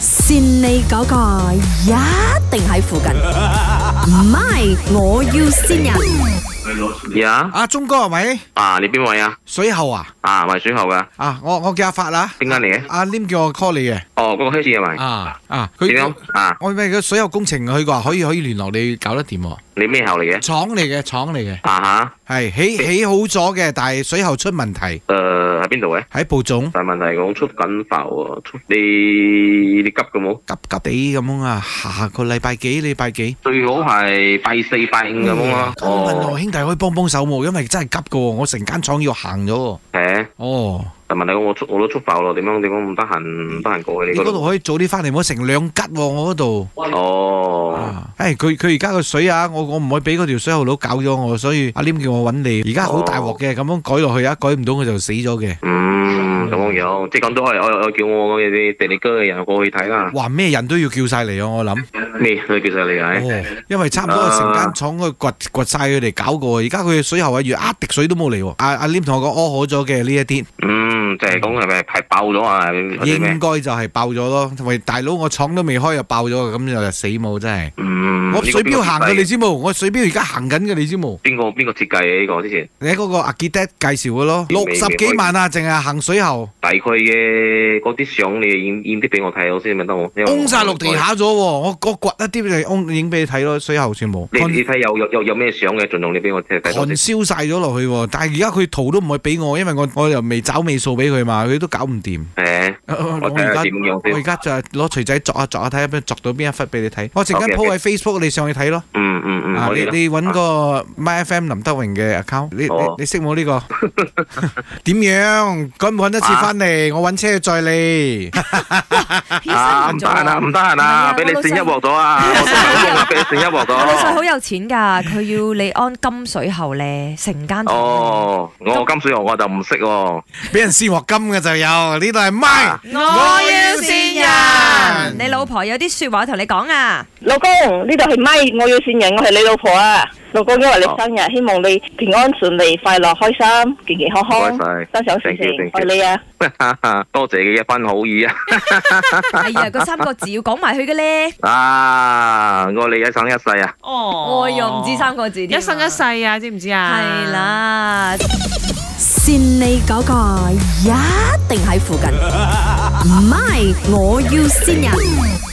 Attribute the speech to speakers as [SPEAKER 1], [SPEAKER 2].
[SPEAKER 1] 善你嗰個一定喺附近，唔係我要線人，
[SPEAKER 2] 呀，
[SPEAKER 3] 阿鐘哥係咪？
[SPEAKER 2] 啊，你邊位啊？
[SPEAKER 3] 水喉啊？
[SPEAKER 2] 啊，埋水喉噶，
[SPEAKER 3] 啊，我我叫阿發啦。
[SPEAKER 2] 點解嚟嘅？
[SPEAKER 3] 阿廉叫我 call 你嘅。
[SPEAKER 2] 哦，嗰個墟市係咪？
[SPEAKER 3] 啊啊，
[SPEAKER 2] 點
[SPEAKER 3] 佢
[SPEAKER 2] 樣啊？
[SPEAKER 3] 我咪佢水喉工程，佢話可以可以聯絡你搞得掂喎。
[SPEAKER 2] 你咩喉嚟嘅？
[SPEAKER 3] 廠嚟嘅，廠嚟嘅，
[SPEAKER 2] 啊
[SPEAKER 3] 係起起好咗嘅，但係水喉出問題
[SPEAKER 2] 吓，誒喺邊度嘅？
[SPEAKER 3] 喺部總
[SPEAKER 2] 但係問題我出緊埠喎，出你你急嘅冇？
[SPEAKER 3] 急急地咁樣啊。下個禮拜幾禮拜幾？
[SPEAKER 2] 最好係拜四拜五咁樣咯。
[SPEAKER 3] 咁我問我
[SPEAKER 2] 哦，
[SPEAKER 3] 兄弟可以幫幫手喎，因為真係急嘅喎，我成間廠要行咗喎。
[SPEAKER 2] 誒，
[SPEAKER 3] 哦，
[SPEAKER 2] 但問題我出我都出埠咯，點樣點樣唔得閒唔得閒過去你
[SPEAKER 3] 你
[SPEAKER 2] 嗰
[SPEAKER 3] 嗰度
[SPEAKER 2] 度？
[SPEAKER 3] 可以早啲翻嚟，唔好成兩吉喎，我嗰度。
[SPEAKER 2] 哦，
[SPEAKER 3] 啊！誒，佢佢而家個水啊，我我唔可以俾嗰條水喉佬搞咗我，所以阿廉叫我揾你。而家好大鑊
[SPEAKER 2] 哦
[SPEAKER 3] 嘅，咁樣改落去啊，改唔到佢就死咗嘅。
[SPEAKER 2] Ừ, 嗯，咁樣樣，即係咁都可以，我我叫我嘅啲地理哥嘅人過去睇啦。
[SPEAKER 3] 哇！咩人都要叫晒嚟啊，我諗。
[SPEAKER 2] 咩？佢叫晒你啊？
[SPEAKER 3] 哦，因為差唔多成間廠佢掘掘晒佢哋搞過，而家佢嘅水喉啊，越一滴水都冇嚟喎。阿阿廉同我講屙好咗嘅呢一啲，
[SPEAKER 2] 嗯，就係講係咪排爆咗啊？或者咩
[SPEAKER 3] 應？該就係爆咗咯。喂，大佬，我廠都未開就爆咗，咁就死冇真係。
[SPEAKER 2] 嗯，
[SPEAKER 3] 我
[SPEAKER 2] 呢個
[SPEAKER 3] 水表行嘅你
[SPEAKER 2] 邊個設計
[SPEAKER 3] 知冇？我水表而家行緊嘅你知冇？
[SPEAKER 2] 邊個邊個設計嘅呢個之前
[SPEAKER 3] 你喺嗰個阿杰爹介紹嘅咯，
[SPEAKER 2] 未
[SPEAKER 3] 六十幾萬啊，淨係行水喉。
[SPEAKER 2] 大概嘅嗰啲相你影影啲俾我睇，我先咪得我。因為我
[SPEAKER 3] 崩晒落地下咗喎，我我掘一啲嚟崩影俾你睇咯，水喉全部
[SPEAKER 2] 你
[SPEAKER 3] 乾
[SPEAKER 2] 你睇有有有有咩相嘅，盡量你俾我睇睇多
[SPEAKER 3] 乾
[SPEAKER 2] 啲。
[SPEAKER 3] 燒晒咗落去喎。但係而家佢圖都唔會俾我，因為我我又未找尾數俾佢嘛，佢都搞唔掂。
[SPEAKER 2] 誒，
[SPEAKER 3] 我
[SPEAKER 2] 我睇
[SPEAKER 3] 而
[SPEAKER 2] 下
[SPEAKER 3] 家
[SPEAKER 2] 點樣
[SPEAKER 3] 我而
[SPEAKER 2] 先。
[SPEAKER 3] 家就係攞錘仔鑿下鑿下睇下邊鑿到邊一忽俾你睇。我陣間
[SPEAKER 2] OK，OK
[SPEAKER 3] 鋪喺 Facebook，你上去睇咯。
[SPEAKER 2] 嗯嗯嗯，
[SPEAKER 3] 啊
[SPEAKER 2] 可以
[SPEAKER 3] 你
[SPEAKER 2] 啦。啊
[SPEAKER 3] 你揾個 MyFM 林德榮嘅 account，你你
[SPEAKER 2] 哦
[SPEAKER 3] 你識冇呢個？ 點樣？趕唔趕得切
[SPEAKER 2] 啊
[SPEAKER 3] 翻嚟？我揾車去載你。
[SPEAKER 2] À,
[SPEAKER 1] 要
[SPEAKER 2] 啊，唔
[SPEAKER 1] 新人咗
[SPEAKER 2] 得閒啊，唔得閒啊，俾你線一鑊咗啊！我都係啊，俾你線一鑊
[SPEAKER 4] 我老細好
[SPEAKER 2] 咗。
[SPEAKER 4] 有錢㗎，佢要你安金水喉咧，成間廠。
[SPEAKER 2] 哦，我金水河我就唔識喎。
[SPEAKER 3] 俾人試鑊金嘅就有，呢度係
[SPEAKER 2] 啊
[SPEAKER 3] 咪？
[SPEAKER 4] 我要善人，你老婆有啲説話同你講啊！
[SPEAKER 5] 老公，呢度係咪？我要善人，我係你老婆啊！老公，因為你生
[SPEAKER 2] 哦
[SPEAKER 5] 日，希望你平安順利、快樂、開心、健健康康
[SPEAKER 2] 唔該晒，
[SPEAKER 5] 心想事
[SPEAKER 2] Thank you，
[SPEAKER 5] 成，愛
[SPEAKER 2] thank you
[SPEAKER 5] 你啊！
[SPEAKER 2] 多謝你嘅一番好意啊！
[SPEAKER 4] 哎呀，嗰三個字要講埋佢嘅咧。
[SPEAKER 2] 啊，愛你一生一世啊！
[SPEAKER 6] 哦，
[SPEAKER 4] 我又唔知三個字添啊，
[SPEAKER 6] 一生一世啊，知唔知啊？
[SPEAKER 4] 係。啦。
[SPEAKER 1] 善你嗰個一定喺附近，唔係我要線人。